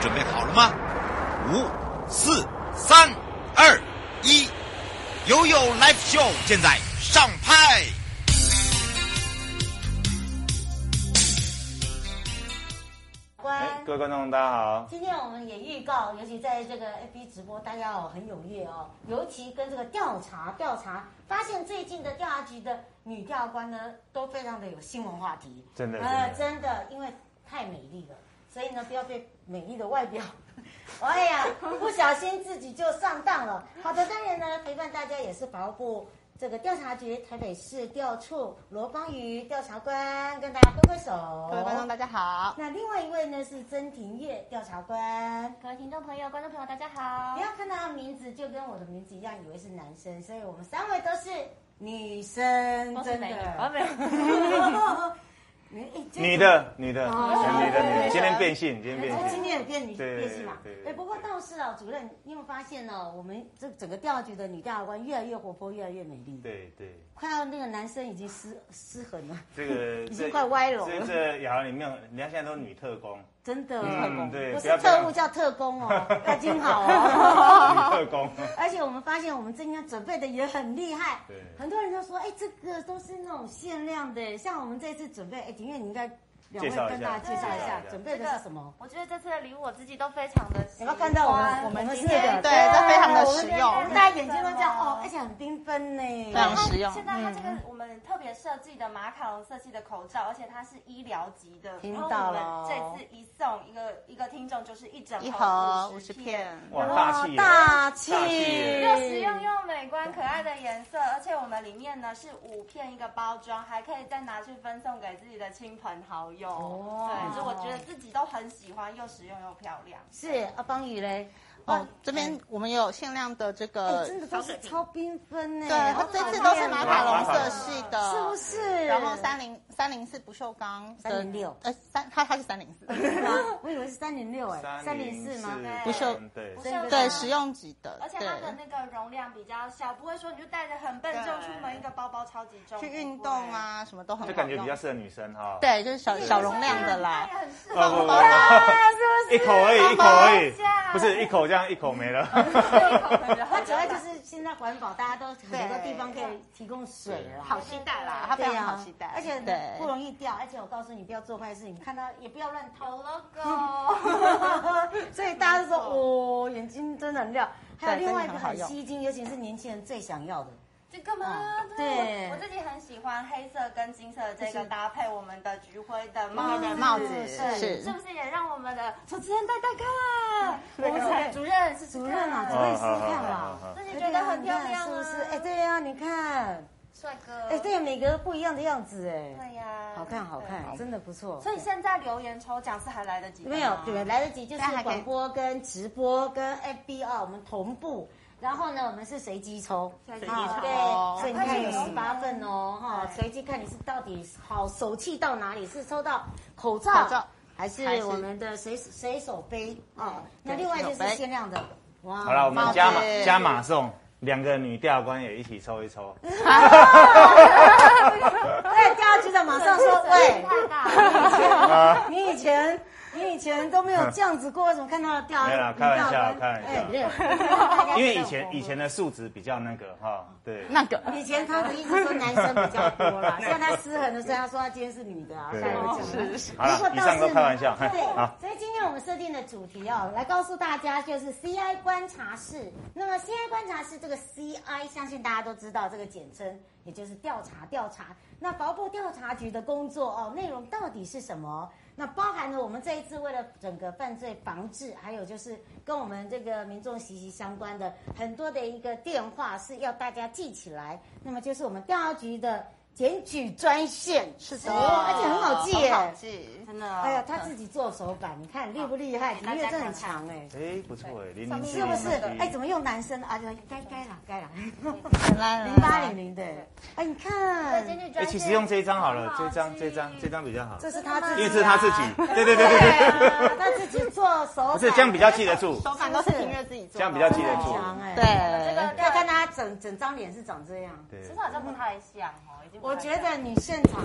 准备好了吗？五、四、三、二、一，友友 Live Show 现在上拍。哎关，各位观众，大家好。今天我们也预告，尤其在这个 FB 直播，大家哦很踊跃哦，尤其跟这个调查调查，发现最近的调查局的女调官呢，都非常的有新闻话题，真的呃，真真的，因为太美丽了，所以呢，不要被美丽的外表。 哎呀，不小心自己就上当了。好的，当然呢，陪伴大家也是法务部这个调查局台北市调处罗邦瑜调查官，跟大家挥挥手。各位观众大家好，那另外一位呢是曾庭月调查官，各位听众朋友、观众朋友大家好不要看到他的名字就跟我的名字一样，以为是男生，所以我们三位都是女生，都是真美女的哦。没有 你哎真女的，女的，哦女的，女的，对今天变性，今天哎变今性。天有变女对变性嘛对对？对哎，不过倒是啊，主任，你有没有发现呢？我们这整个调查局的女调查官越来越活泼，越来越美丽，对对，快要那个男生已经失失衡了，这个 已经快歪楼这了这雅涵里面，人家现在都是女特工，女真的。嗯特工对不不是要特务叫特工 哦， 大金好哦。特工。而且我们发现，我们今天准备的也很厉害。对很多人都说，哎，这个都是那种限量的。像我们这次准备，哎，庭月，你应该两位介绍一跟下大家介绍一介绍下一，下准备的是什么？我觉得这次的礼物我自己都非常的喜有欢，没有看到我们我们今四个天对啊对都非常的我实们我们用，大家眼睛都这样哦，嗯而且且很缤纷呢。非常对实用嗯现在它这个我们特别设计的马卡龙色系的口罩，而且它是医疗级的。听到了然后我们这次一送一个一个听众就是一整一盒盒五50十片，，哇，大气，哦大气，大气又实用又美观可爱的颜色，而且我们里面呢是五片一个包装，还可以再拿去分送给自己的亲朋好友。哦对，所以我觉得自己都很喜欢，又实用又漂亮。是啊阿邦宇嘞，哦，这边我们有限量的这哎个真的哎都是超缤纷呢。对，它这次都是哦马卡龙色系的，是不？是？然后三零三零四不锈钢的306呃三它它是三零四， 我以为是三零六哎，三零四吗？对不锈对不，真的锈对钢实用级的，啊而且对它的那个容量比较小，不会说你就带着很笨重出门，一个包包超级重。去运动啊什么都很就好感觉比较用适合女生哈。对，就是小不会，小容量的啦。它也很适哦，不合不啊不，一口而已，一口而已放放下，不是一口这样，一口 没了。 它主要就是现在环保，大家都很多地方可以提供水了啦。啊好期待啦，它非常好期待，而且对不容易掉，而且我告诉你，不要做坏事，你看到也不要乱掏。 logo。 所以大家都说，哦，眼睛真的很亮。还有另外一个对真的很好很用吸睛，尤其是年轻人最想要的，这个吗嗯？对我自己很喜欢黑色跟金色的这就个是搭配，我们的橘灰的帽帽子子，帽子哦是是是不是也让我们的主持人戴戴看？对我们这个主任是主任啊，主哦任试试看好好好啦好。自己觉得很漂亮啊是不是？哎，对呀，你看，帅哥。哎，对，每个不一样的样子，哎，对呀，好看，好对。看，真的不错。所以现在留言抽奖是还来得及的吗？没有，对，来得及，就是但还可以广播跟直播跟 FB 啊，我们同步。然后呢，我们是随机抽，随机啊抽哦对，所以你看有快去十八份哦，哈，对随机看你是到底好手气到哪里，是抽到口罩，口罩还是还是哦我们的随随手杯啊？那对另外就手杯是限量的，哇，好了，我们帽子加码加码送，两个女调官也一起抽一抽。对，调查局长马上说，喂，太大了。你啊以前你以前都没有这样子过，为什么看到调查？没有啦开玩笑调查官开玩笑哎哦对因为以前以前的数值比较那个哈，对，那个以前他的意思说男生比较多啦，现在他失衡的时候，他说他今天是女的啊，对下一个讲不过好是了，以上倒都是开玩笑，嘿对好，，所以今天我们设定的主题哦，来告诉大家就是 CI 观察室。那么 CI 观察室这个 CI，相信大家都知道这个简称，也就是调查调查。那法务部调查局的工作哦，内容到底是什么？那包含了我们这一次为了整个犯罪防治，还有就是跟我们这个民众息息相关的很多的一个电话是要大家记起来。那么就是我们调查局的检举专线，是的哦而且很好记耶，哦很好记，真的哦，哎呀，他自己做手板，你看厉啊不厉害？音乐真的很强哎，哎，不错哎，零零上面七是不是？哎，怎么么用男生的啊？该该啦，该啦，来零八零零的，哎，你嗯对看，今天哎，专其线实用这一张好了，很好这张记这张这张比较好，这是他自因己为啊，这是他自己，对对对对对，对啊，他自己做手板，不是这样比较记得住，手感都是音乐自己做的，这样比较记得很住强哎。对，，这个要看他整整张脸是长这样，对其实好像不太像哦，已经不我太像觉得你现场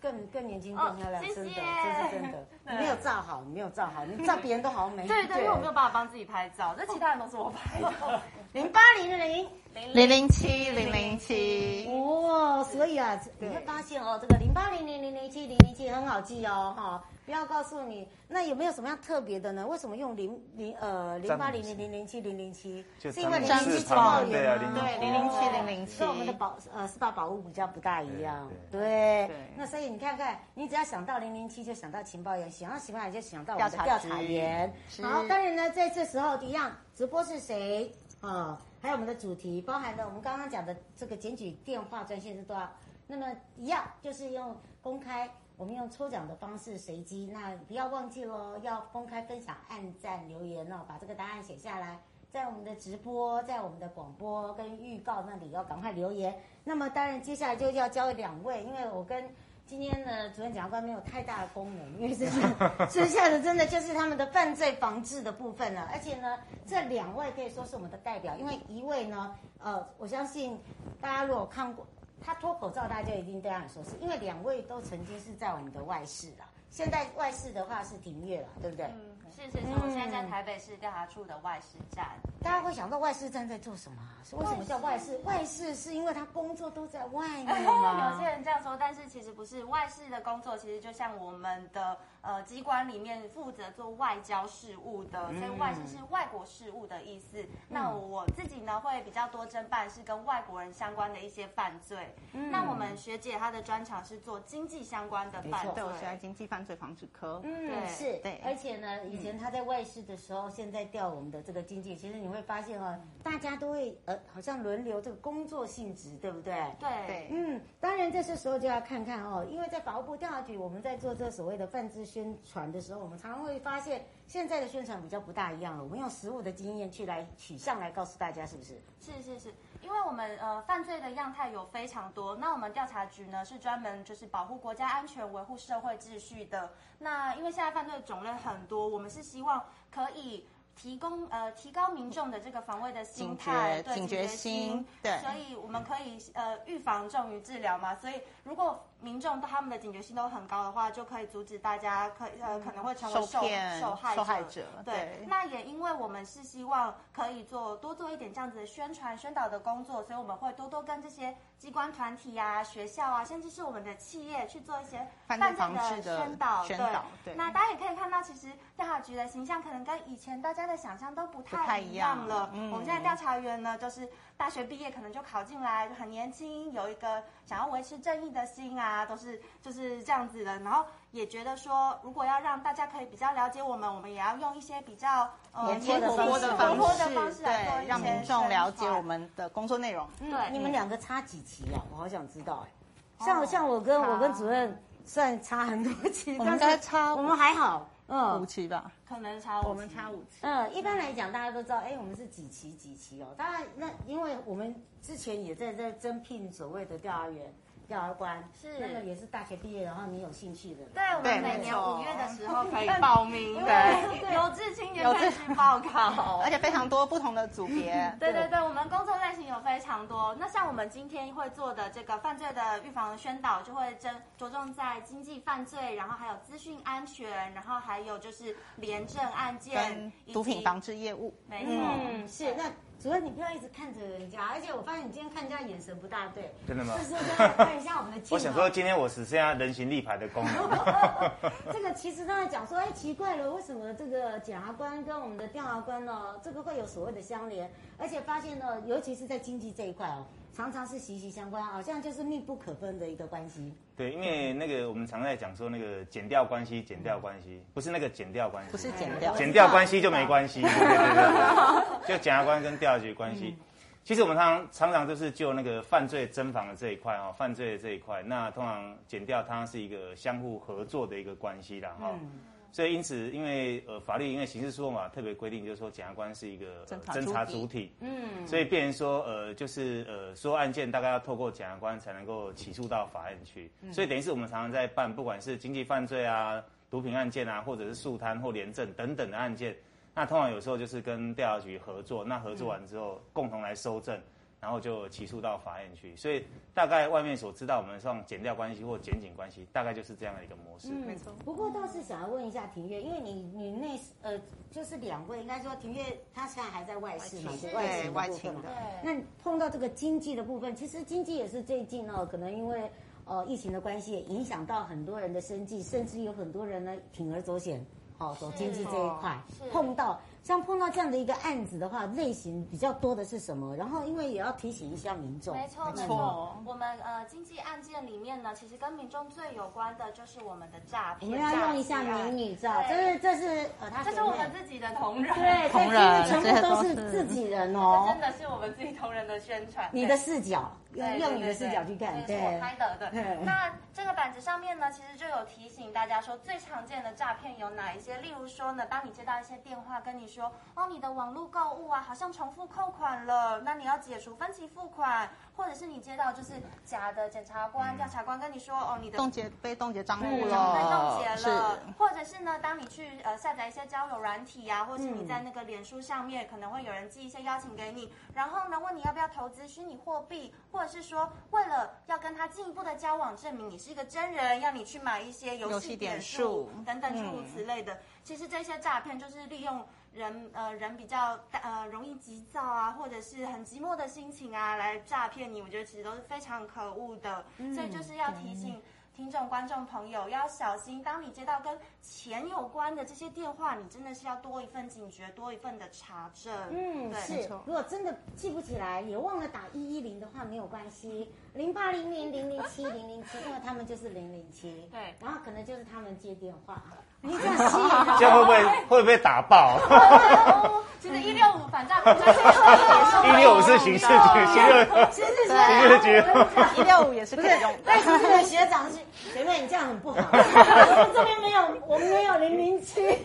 更更年轻、更漂亮，哦谢谢真的，这是真的。你对没有照好，你没有照好，你照别人都好美。对对，因为我没有办法帮自己拍照，这其他人都是我拍哦的。零八零零零零七零零七，哦，所以啊，你会发现哦，这个零八零零零零七零零七很好记哦，哈、不要告诉你。那有没有什么样特别的呢？为什么用零零呃零八零零零零七零零七？就是因为零詹零姆七斯情报庞对啊员吗？对007跟我们的保呃四大宝物比较不大一样。对，对那所以你看看，你只要想到零零七就想到情报员，想到情报员就想到我们的调调查局查员。是好，当然呢，在这时候一样，直播是谁啊、还有我们的主题，包含了我们刚刚讲的这个检举电话专线是多少？那么一样就是用公开，我们用抽奖的方式随机。那不要忘记喽，要公开分享、按赞、留言哦，把这个答案写下来，在我们的直播、在我们的广播跟预告那里要赶快留言。那么当然，接下来就要交给两位，因为我跟今天的主任检察官没有太大的功能，因为这是 剩下的真的就是他们的犯罪防治的部分了。而且呢，这两位可以说是我们的代表，因为一位呢，呃，我相信大家如果看过他脱口罩，大家就一定对他很熟悉，因为两位都曾经是在我们的外事啦。现在外事的话是庭院了，对不对？嗯，是是是，我现在在台北市调查处的外事站。大家会想到外事站在做什么啊？是为什么叫外事？哎哦外事是因为他工作都在外面有吗些？人这样说，但是其实不是外事的工作，其实就像我们的呃机关里面负责做外交事务的，所以外事是外国事务的意思。那我自己呢会比较多侦办是跟外国人相关的一些犯罪。那我们学姐她的专长是做经济相关的犯没罪对，我是在经济犯罪防治科。嗯，是，嗯对而且呢，以前他在外事的时候，现在调我们的这个经济，其实你会发现哦，大家都会呃，好像轮流这个工作性质，对不对？对对，嗯，当然，这些时候就要看看哦，因为在法务部调查局，我们在做这所谓的犯罪宣传的时候，我们常常会发现现在的宣传比较不大一样了。我们用实物的经验去来取向来告诉大家，是不是？是是是，因为我们呃犯罪的样态有非常多，那我们调查局呢是专门就是保护国家安全、维护社会秩序的。那因为现在犯罪种类很多，我们是希望可以。提供呃提高民众的这个防卫的心警态，觉对警觉心对所以我们可以呃预防重于治疗嘛，所以如果民众他们的警觉性都很高的话，就可以阻止大家可呃可能会成为受受骗受害受害者对对，那也因为我们是希望可以做多做一点这样子的宣传宣导的工作，所以我们会多多跟这些机关团体啊、学校啊，甚至是我们的企业去做一些犯罪犯防罪治的的宣导。宣导对那大家也可以看到，其实调查局的形象可能跟以前大家的想象都不不太太一一样样了。嗯我们现在调查员呢，就是大学毕业可能就考进来，很年轻，有一个想要维持正义的心啊，都是就是这样子的。然后也觉得说，如果要让大家可以比较了解我们，我们也要用一些比较呃活的活方泼式的活活泼的方方式式，来做一对，些让民众了解宣传我。们的工作内容。对你们两个差几期啊？我好想知道哎、像像我跟差我跟主任算差很多期，我们但是大概差我们还好，五嗯期吧，可能差我们差五期。嗯，一般来讲大家都知道，哎、我们是几期几期哦。当然，那因为我们之前也在在征聘所谓的调查员、调查官，是那么也是大学毕业，然后你有兴趣的人，对，我对们嗯每没年错五月的时候可以报，报 名对， 有志青年开始报 考。。而且非常多不同的组别对对对，我们工作类型有非常多。那像我们今天会做的这个犯罪的预防宣导，就会针着重在经济犯罪，然后还有资讯安全，然后还有就是廉政案件跟，毒品防。治业务，没错，嗯，是。那主任，你不要一直看着人家，而且我发现你今天看人家眼神不大对，真的吗是不是要看一下我 们的镜头？我想说，今天我只剩下人形立牌的功能。 这个其实刚才讲说，哎，奇怪了，为什么这个检察官跟我们的调查官呢，这个会有所谓的相连？而且发现呢，尤其是在经济这一块哦，常常是息息相关，好像就是密不可分的一个关系。对，因为那个我们常在讲说那个减掉关系，减掉关系，不是那个减掉关系，嗯不是减掉。减掉关系就没关系，对对对对对，就检察官跟调查局关系。嗯其实我们常常常常就是就那个犯罪侦防的这一块哦，犯罪的这一块，那通常减掉它是一个相互合作的一个关系啦哈。嗯所以因此，因为呃法律因为刑事诉讼法特别规定，就是说检察官是一个呃侦查主体主体，嗯，所以变成说呃就是呃所有案件大概要透过检察官才能够起诉到法院去，所以等于是我们常常在办不管是经济犯罪啊、毒品案件啊，或者是诉贪或廉政等等的嗯案件，那通常有时候就是跟调查局合作，那合作完之后共同来收证。然后就起诉到法院去。所以大概外面所知道，我们像检调关系或检警关系，大概就是这样的一个模式。嗯没错嗯不过倒是想要问一下庭月，因为你你那呃，就是两位应该说庭月她现在还在外事嘛，外勤对外对勤外部分勤嘛的。对，那碰到这个经济的部分，其实经济也是最近哦，可能因为呃疫情的关系，也影响到很多人的生计，甚至有很多人呢铤而走险，哦，走经济这一块是。碰到像碰到这样的一个案子的话，类型比较多的是什么？然后因为也要提醒一下民众，没错，没没错错。我们呃经济案件里面呢，其实跟民众最有关的就是我们的诈我骗。们哎要用一下诈骗美案女照，这对是这是呃，他这啊是我们自己的同仁，对，同对仁啊这个全部都是自己人这哦真，的是我们自己同仁的宣传。你的视角，用对用你的视角去看，对，这是我对。嗯拍的。对对，那这个板子上面呢，其实就有提醒大家说最常见的诈骗有哪一些，例如说呢，当你接到一些电话跟你说，哦，你的网络购物啊，好像重复扣款了，那你要解除分期付款，或者是你接到就是假的检察嗯官、调查官跟你说，哦，你的冻结被冻结账户嗯被冻了，结了，或者是呢，当你去呃下载一些交友软体啊，或是你在那个脸书上面，可能会有人寄一些邀请给你，然后呢问你要不要投资虚拟货币，或者是说为了要跟他进一步的交往，证明你是一个真人，要你去买一些游游戏戏点点数数等等诸如此类的。其实这些诈骗就是利用。人呃人比较呃容易急躁啊，或者是很寂寞的心情啊，来诈骗你，我觉得其实都是非常可恶的，所以就是要提醒。听众、观众朋友要小心，当你接到跟钱有关的这些电话，你真的是要多一份警觉，多一份的查证。嗯，对是没错。如果真的记不起来，也忘了打一一零的话，没有关系，零八零零零零七零零七，因为他们就是零零七。对然后可能就是他们接电话，你这样吸引了这样会不会会不会打 爆？哦，其实一六五反诈骗专线一六五是刑事局，刑六是是是，刑事局。一六五也是可 不是以用，但是这个学长是，学妹你这样很不好。我们这边没有，我们没有零零七，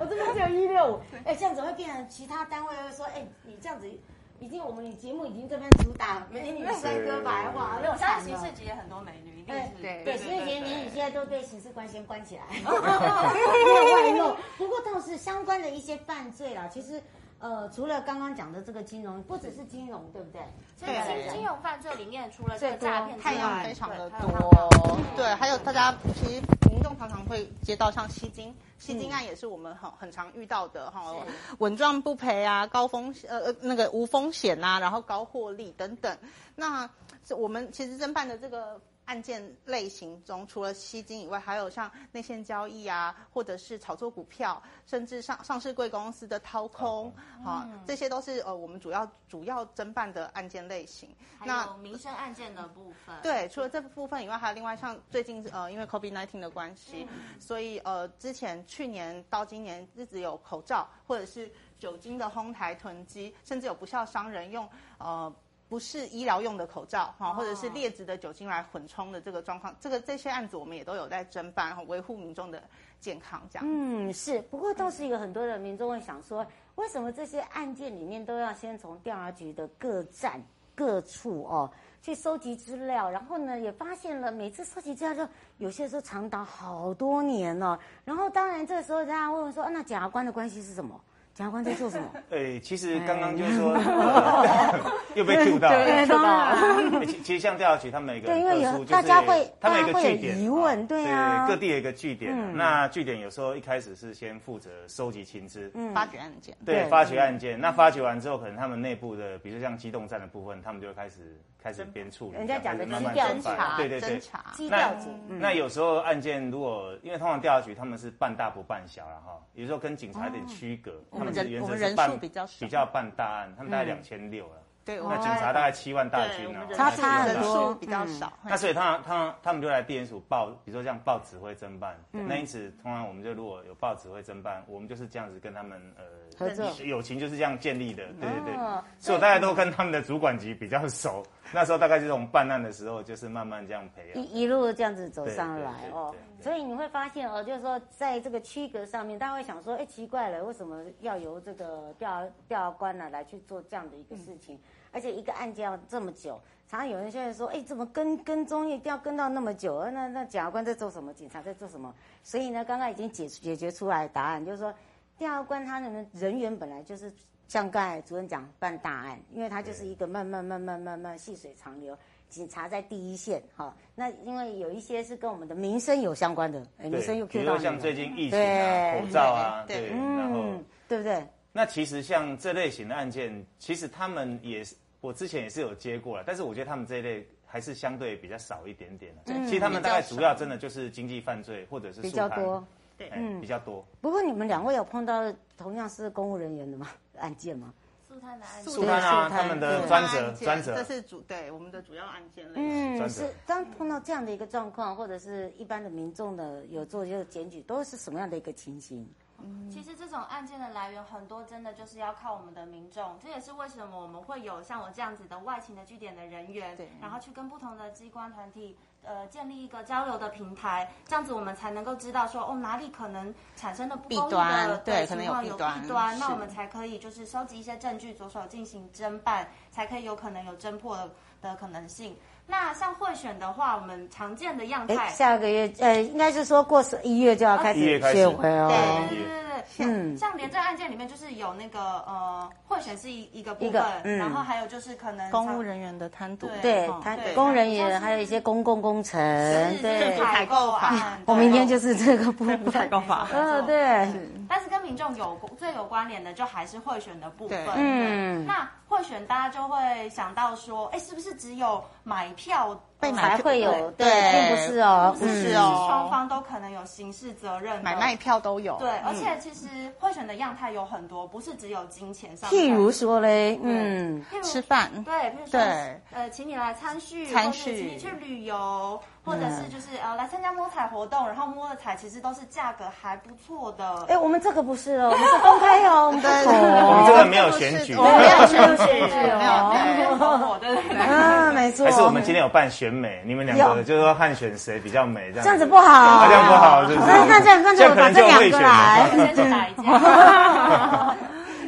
我这边只有一六五。哎，这样子会变成其他单位会说，哎，你这样子已经我们节目已经这边主打美女帅哥白话，我那相相信信刑是事。局也很多美女，一定哎是对对，所以觉得美女现在都被刑事官先关起来，没有外露。不过倒是相关的一些犯罪啦，其实呃，除了刚刚讲的这个金融，不只是金融，对不对？所以其实金融犯罪里面除了这个诈骗之太外，阳非常的对多，对，还有大家其实民众常常会接到像吸金，吸金案也是我们很很常遇到的哈， 稳赚不赔啊，高风险呃呃那个无风险啊，然后高获利等等。那这我们其实侦办的这个。案件类型中，除了吸金以外，还有像内线交易啊，或者是炒作股票，甚至上上市贵公司的掏空，啊、这些都是呃我们主要主要侦办的案件类型。还那有民生案件的部分。对，除了这部分以外，还有另外像最近呃，因为 COVID-19 的关系，所以呃，之前去年到今年一直有口罩或者是酒精的哄抬囤积，甚至有不肖商人用呃。不是医疗用的口罩哈，或者是劣质的酒精来混充的这个状况，这个这些案子我们也都有在侦办，哈维护民众的健康这样。嗯，是。不过倒是有很多的民众会想说，为什么这些案件里面都要先从调查局的各站各处哦去收集资料，然后呢也发现了每次收集资料就有些时候长达好多年哦。然后当然这时候大家会问说，啊、那检察官的关系是什么？检察官在做什么？哎，其实刚刚就是说， 呃又被 Q 到了。对当然。欸其其实像调查局，他们每个对因人为有特殊就是大家会他们有一大个家会据有点疑问啊对啊嗯各地有一个据点啊。那据点有时候一开始是先负责收集情资，发掘案件，对嗯对发掘案件。那发掘完之后，可能他们内部的，比如说像机动站的部分，他们就会开始开始边处理，人家讲的这样基开始慢慢调侦侦查办查，对对对侦。查，基调那组。嗯嗯那有时候案件如果因为通常调查局他们是办大不办小了哈，有时候跟警察有点区隔，他们嗯我们是人原我则们是人办数比较少嗯比较办大案，他们大概两千六了。对，我那们警察大概七万大对军啊我呢们人，差数差很人多数比较少，那所以他他他们就来地检署报，比如说像报指挥侦办，嗯那因此通常我们就如果有报指挥侦办，我们就是这样子跟他们呃合作友情就是这样建立的，对对对，哦所以我大家都跟他们的主管级比较熟，那时候大概就是我们办案的时候，就是慢慢这样培养。一一路这样子走上来对对对哦对，对所以你会发现哦，就是说在这个区隔上面，大家会想说，哎，奇怪了，为什么要由这个调调查官呢、来去做这样的一个事情？而且一个案件要这么久，常常有人就会说，哎，怎么跟跟踪一定要跟到那么久？呃那那检察官在做什么？警察在做什么？所以呢，刚刚已经解解决出来的答案，就是说，调查官他的人员本来就是像刚才主任讲办大案，因为它就是一个慢慢慢慢慢慢细水长流。警察在第一线，哈、那因为有一些是跟我们的民生有相关的，哎，民生又比 Q 如到说你了像最近疫情啊、对口罩啊，对对，对然后嗯，对不对？那其实像这类型的案件，其实他们也是我之前也是有接过了，但是我觉得他们这一类还是相对比较少一点点的。嗯其实他们大概主要真的就是经济犯罪或者是比较肃贪多，嗯哎比较多。不过你们两位有碰到同样是公务人员的吗？案件吗？素探的案素件速贪对速啊，贪他们的对专案责件专责这，是主对我们的主要案件类。嗯，专是责当碰到这样的一个状况，或者是一般的民众的有做就检举，都是什么样的一个情形？嗯其实这种案件的来源很多，真的就是要靠我们的民众。这也是为什么我们会有像我这样子的外勤的据点的人员对，然后去跟不同的机关团体。呃，建立一个交流的平台，这样子我们才能够知道说，哦，哪里可能产生的不公弊义的端对可能情有况弊有端端，那是我们才可以就是收集一些证据，着手进行侦办，才可以有可能有侦破的的可能性。那像贿选的话，我们常见的样态哎，，下个月呃，应该是说过十一月就要开一月始开始学会哦。对对对对对，嗯嗯，像廉政案件里面就是有那个呃贿选是一一个部一个分，嗯然后还有就是可能公务人员的贪渎，对对哦，他对工人像员是还有一些公共工程，是对是，采购案， 我明天对就是这个部分。采购法嗯，对，但是跟民众有最有关联的，就还是贿选的部分对。嗯嗯，那贿选大家就会想到说，哎，是不是只有买票被买才会有对，并对不是哦，不不是是嗯哦双方都可能有刑事责任的买卖？哦票都有。嗯对，而且其实贿选的样态有很多，不是只有金钱上面。譬如说嘞，嗯，譬如吃饭，对，比如说对呃，请你来参叙，参或是叙嗯请你去旅游，或者是就是呃来参加摸彩活动，然后摸的彩其实都是价格还不错的。哎，我们这个不是哦，我们是公开哦，我们不对我们同这哦。个没有选举我，们没有 选举没有没有没有没对有包括我对对对嗯，没错。还是我们今天有办选美，你们两有个就是说看选谁比较美这样。这样子不好，这样不好是不是那那这样，那这就样可把能这就两会个选来了。先去打一架。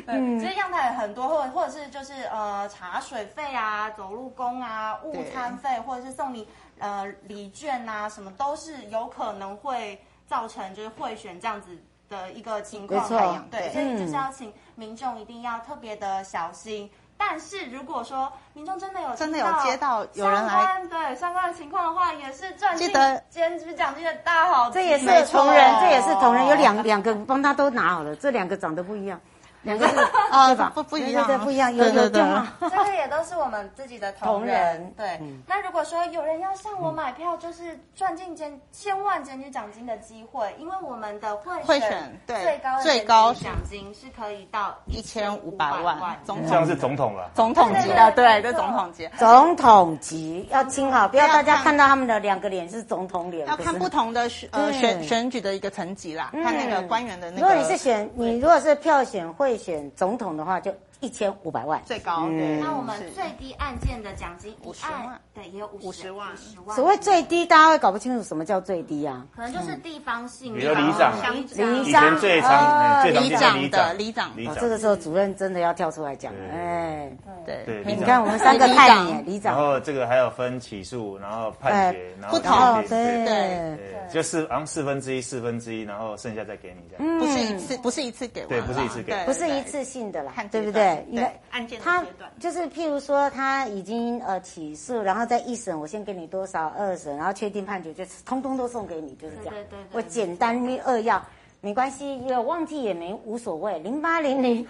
嗯，其实样态很多，或者或者是就是呃茶水费啊、走路工啊、误餐费，或者是送你呃礼券啊，什么都是有可能会造成就是贿选这样子。的一个情没况错太阳，对，对所以就是要请民众一定要特别的小心。但是如果说民众真的有真的听有到接到有人相来，关对相关的情况的话，也是赚记进得兼职奖金的大好机这也是会同人没，错这也是同人，有两两个帮他都拿好了，这两个长得不一样，两个是啊对吧？不不一样哦对对对不一样，有对对有用啊。这个也都是我们自己的同人仁。对，嗯嗯那如果说有人要向我买票，就是赚进千千万检举奖金的机会，因为我们的会会选对最高的最高检举奖金是可以到一千五百万，总嗯这样统是总统吧？总统级的，对，这总统级。总统级要亲好，不要不要大家看看到他们的两个脸是总统脸，要可看是不同的选呃对选选举的一个层级啦，看那个官员的那如果你个是选你嗯如果是票选会选总统的话，就一千五百万。最高。嗯对那我们嗯是最低案件的奖金一50案万，对，也有五50万十万。所谓最低，大家会搞不清楚什么叫最低啊。可能就是地方性，比如里长乡里长以里长前最常啊哎最常里见长的里长的里长里哦长，这个时候主任真的要跳出来讲对，哎，对对你里看长我们三个里看长你，里然长，后这个还有分起诉，然后判决，然后不鉴同哦定，对对对，就四好像四分之一，四分之一，然后剩下再给你这嗯样。不是一次，不是一次给完对啦，不是一次给对不是一。对次性的啦看，阶对不段对？对因为案件的他阶段就是譬如说他已经呃起诉，然后在一审我先给你多少，二审然后确定判决，就是通通都送给你，就是这样。对对对对我简单略扼要。没关系，有忘记也没无所谓。零八零零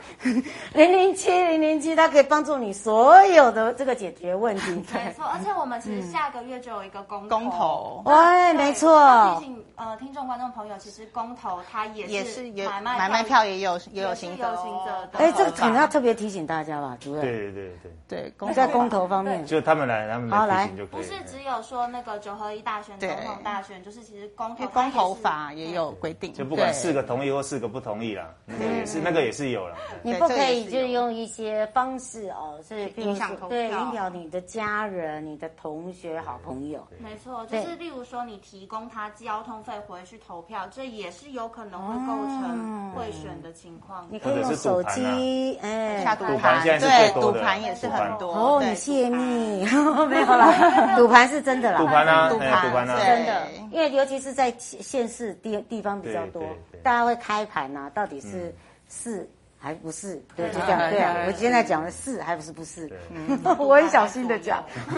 零零七零零七，它可以帮助你所有的这个解决问题。没错，而且我们其实下个月就有一个公嗯公投喂，对哎没要错提，醒呃听众观众朋友，其实公投它也也是也买卖买卖票也有也有行也责是有哦刑责的哎，投这个法可能要特别提醒大家吧，主任，对对对对，对公在投公投方面，就他们来，他们好来来提醒就可不以。是了。只有说那个九合一大选、对总统大选，就是其实公因投为公投法它也有规定，就不管对嗯四个同意或四个不同意啦，那个也是那个也是有啦。你对不这可也以是就是有用一些方式哦，是比如影响说投对票影响你的家人、你的同学、好朋友。也是没错，就是例如说你提供他交通费回去投票，这也是有可能会构成贿选的情况。你可以用或者是手赌盘啊机，哎，下赌赌盘盘现在是对最赌多的盘也是很多哦，对你泄密， 没有啦，赌盘是真的赌啦，盘啊，赌哎盘赌盘啊，对真的，因为尤其是在县市地地方比较多对对，对啊大家会开盘呐，到底是嗯是还不是，对，对就这样，对啊对，我现在讲的是还不是不是对， 我很小心的讲，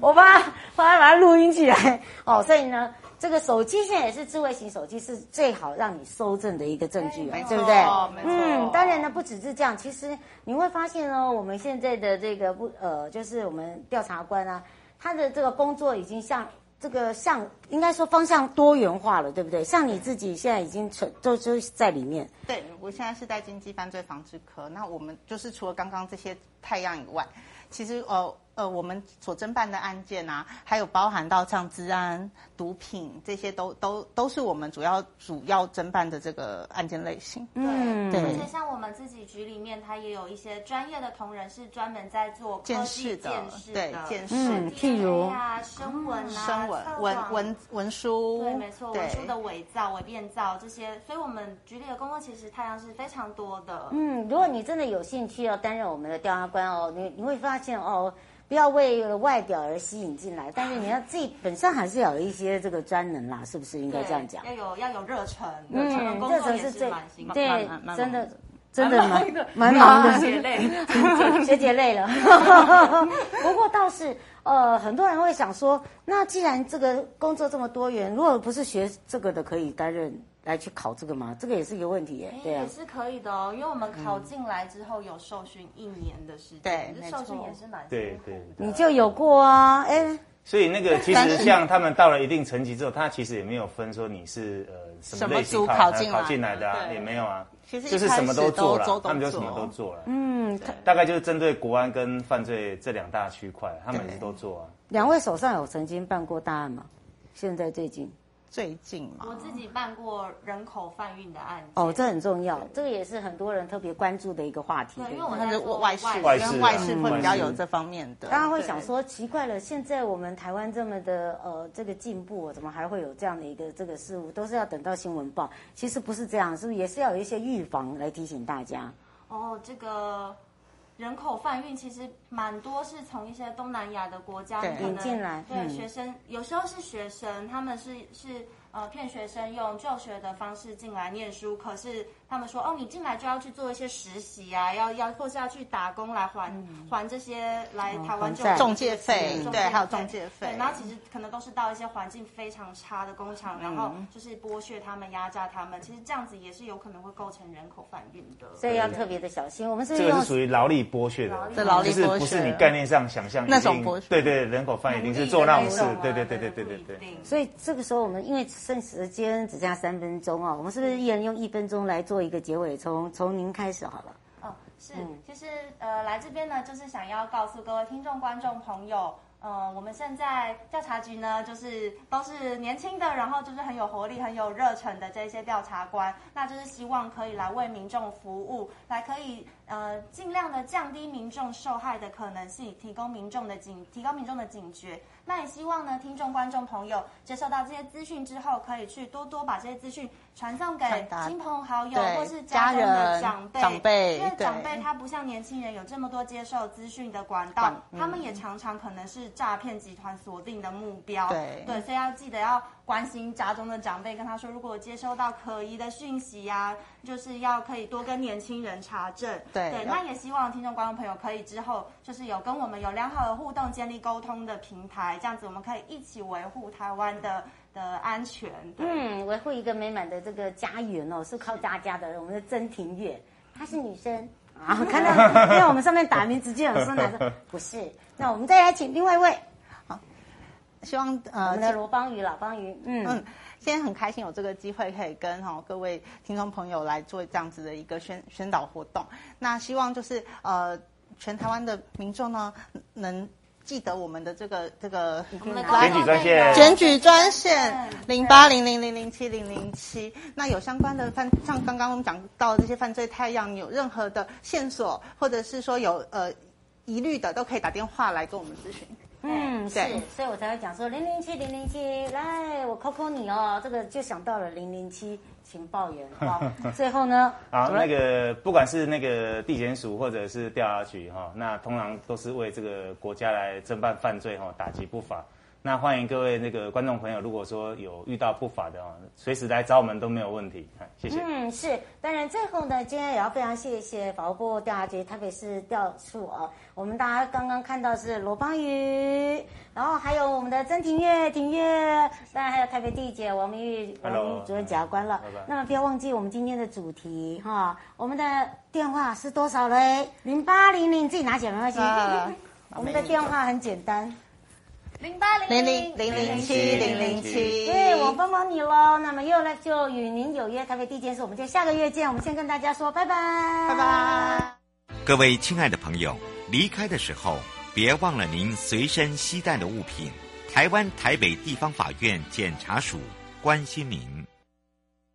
我把它把它把它录音起来哦，所以呢，这个手机现在也是智慧型手机，是最好让你搜证的一个证据哎啊没，错对不对？没错嗯，当然呢，不只是这样，其实你会发现哦，我们现在的这个不呃，就是我们调查官啊，他的这个工作已经像。这个像应该说方向多元化了，对不对？像你自己现在已经成都都在里面，对，我现在是在经济犯罪防治科。那我们就是除了刚刚这些太阳以外，其实呃呃，我们所侦办的案件啊，还有包含到像治安、毒品这些都，都都是我们主要主要侦办的这个案件类型。嗯对，而且像我们自己局里面，它也有一些专业的同仁是专门在做科技监视的建设对的监视嗯譬 DNA 如啊、声纹啊、嗯声纹测、谎文文文书，对，没错，文对书的伪造、伪变造这些，所以我们局里的工作其实太阳是非常多的。嗯，如果你真的有兴趣要担任我们的调查官哦，你你会发现哦，不要为了外表而吸引进来，但是你要自己本身还是要有一些这个专能啦，是不是应该对，这样讲？要有要有热忱，嗯可能工热作忱也是是最蛮辛苦的。嗯对啊蛮蛮，真忙的的真的蛮蛮忙忙的，血泪，学姐累了。不过倒是，呃，很多人会想说，那既然这个工作这么多元，如果不是学这个的，可以担任来去考这个吗？这个也是一个问题耶哎。对啊也，是可以的哦，因为我们考进来之后有受训一年的时嗯对间，其没实错受训也是蛮对辛苦对的。对你就有过啊，哎。所以那个其实像他们到了一定层级之后，他其实也没有分说你是呃什么类型什么组考考进来嗯考进来的啊，对也没有啊，其实一就是什么都做开始都了，都他们就做什么都做了。嗯，他大概就是针对国安跟犯罪这两大区块，他们也是都做啊。两位手上有曾经办过大案吗？现在最近最近嘛我，自己办过人口贩运的案件哦，这很重要，这个也是很多人特别关注的一个话题。对，对因不为我对它在是做外事，外事啊跟外事会比较外事有这方面的。大家会想说，奇怪了，现在我们台湾这么的呃这个进步，怎么还会有这样的一个这个事物？都是要等到新闻报，其实不是这样，是不是也是要有一些预防来提醒大家？哦，这个人口贩运其实蛮多是从一些东南亚的国家对你可能引进来对、嗯学生有时候是学生，他们是是呃骗学生用就学的方式进来念书，可是他们说哦，你进来就要去做一些实习啊，要要或是要去打工来还、还这些来台还湾就债嗯哦中介费中对还有中介费对，然后其实可能都是到一些环境非常差的工嗯厂，然后就是剥削他们、压榨他们，其实这样子也是有可能会构成人口贩运的。所以要特别的小心。我们是不这是个用是属于劳力剥削的，这劳力就是剥削不是你概念上想象一定那种剥削对对，人口贩一定是做那种事，啊对对对对对对对。对。所以这个时候，我们因为剩时间只剩下三分钟哦，我们是不是一人用一分钟来做一个结尾？从从您开始好了。哦，是，其实呃，来这边呢，就是想要告诉各位听众、观众朋友。呃，我们现在调查局呢，就是都是年轻的，然后就是很有活力、很有热忱的这些调查官，那就是希望可以来为民众服务，来可以呃尽量的降低民众受害的可能性，提供民众的警，提高民众的警觉。那也希望呢，听众、观众朋友接受到这些资讯之后，可以去多多把这些资讯传送给传达亲朋好友对或是家中家的人长辈，长辈因为长对辈他不像年轻人有这么多接受资讯的管道管，嗯他们也常常可能是诈骗集团锁定的目标。对所以要记得要关心家中的长辈，跟他说，如果接收到可疑的讯息呀、就是要可以多跟年轻人查证。对对，那也希望听众观众朋友可以之后就是有跟我们有良好的互动，建立沟通的平台，这样子我们可以一起维护台湾的的安全。对。嗯，维护一个美满的这个家园哦，是靠大家的。我们的曾庭月，她是女生 啊，看到因为我们上面打名字就有说男 生不是。那我们再来请另外一位，希望我呃们的罗邦瑜，老邦瑜，嗯嗯，今天很开心有这个机会可以跟哈、各位听众朋友来做这样子的一个宣宣导活动。那希望就是呃，全台湾的民众呢能记得我们的这个这个我们的检举专线检举专线对零八零零零零七零零七。那有相关的犯，像刚刚我们讲到的这些犯罪太阳，你有任何的线索，或者是说有呃疑虑的，都可以打电话来跟我们咨询。嗯，是对，所以我才会讲说零零七零零七，来我 call 你哦，这个就想到了零零七情报员 哦。最后呢，好，主任那个不管是那个地检署或者是调查局哈，那通常都是为这个国家来侦办犯罪哈，打击不法。那欢迎各位那个观众朋友，如果说有遇到不法的哦，随时来找我们都没有问题。哎谢谢。嗯，是。当然，最后呢，今天也要非常谢谢法务部调查局台北市调处哦。我们大家刚刚看到是罗邦瑜，然后还有我们的曾庭月、庭月，当然还有台北地检王明玉、王 Hello，嗯明玉主任检察官了拜拜。那么不要忘记我们今天的主题哈，我们的电话是多少嘞？零八零零，自己拿起来没关系啊。 我们的电话很简单。零八零零零零零七零零七，对，我帮帮你喽。那么又来就与您有约，台北地检署，我们就下个月见。我们先跟大家说拜拜，拜拜。各位亲爱的朋友，离开的时候别忘了您随身携带的物品。台湾台北地方法院检察署关心您。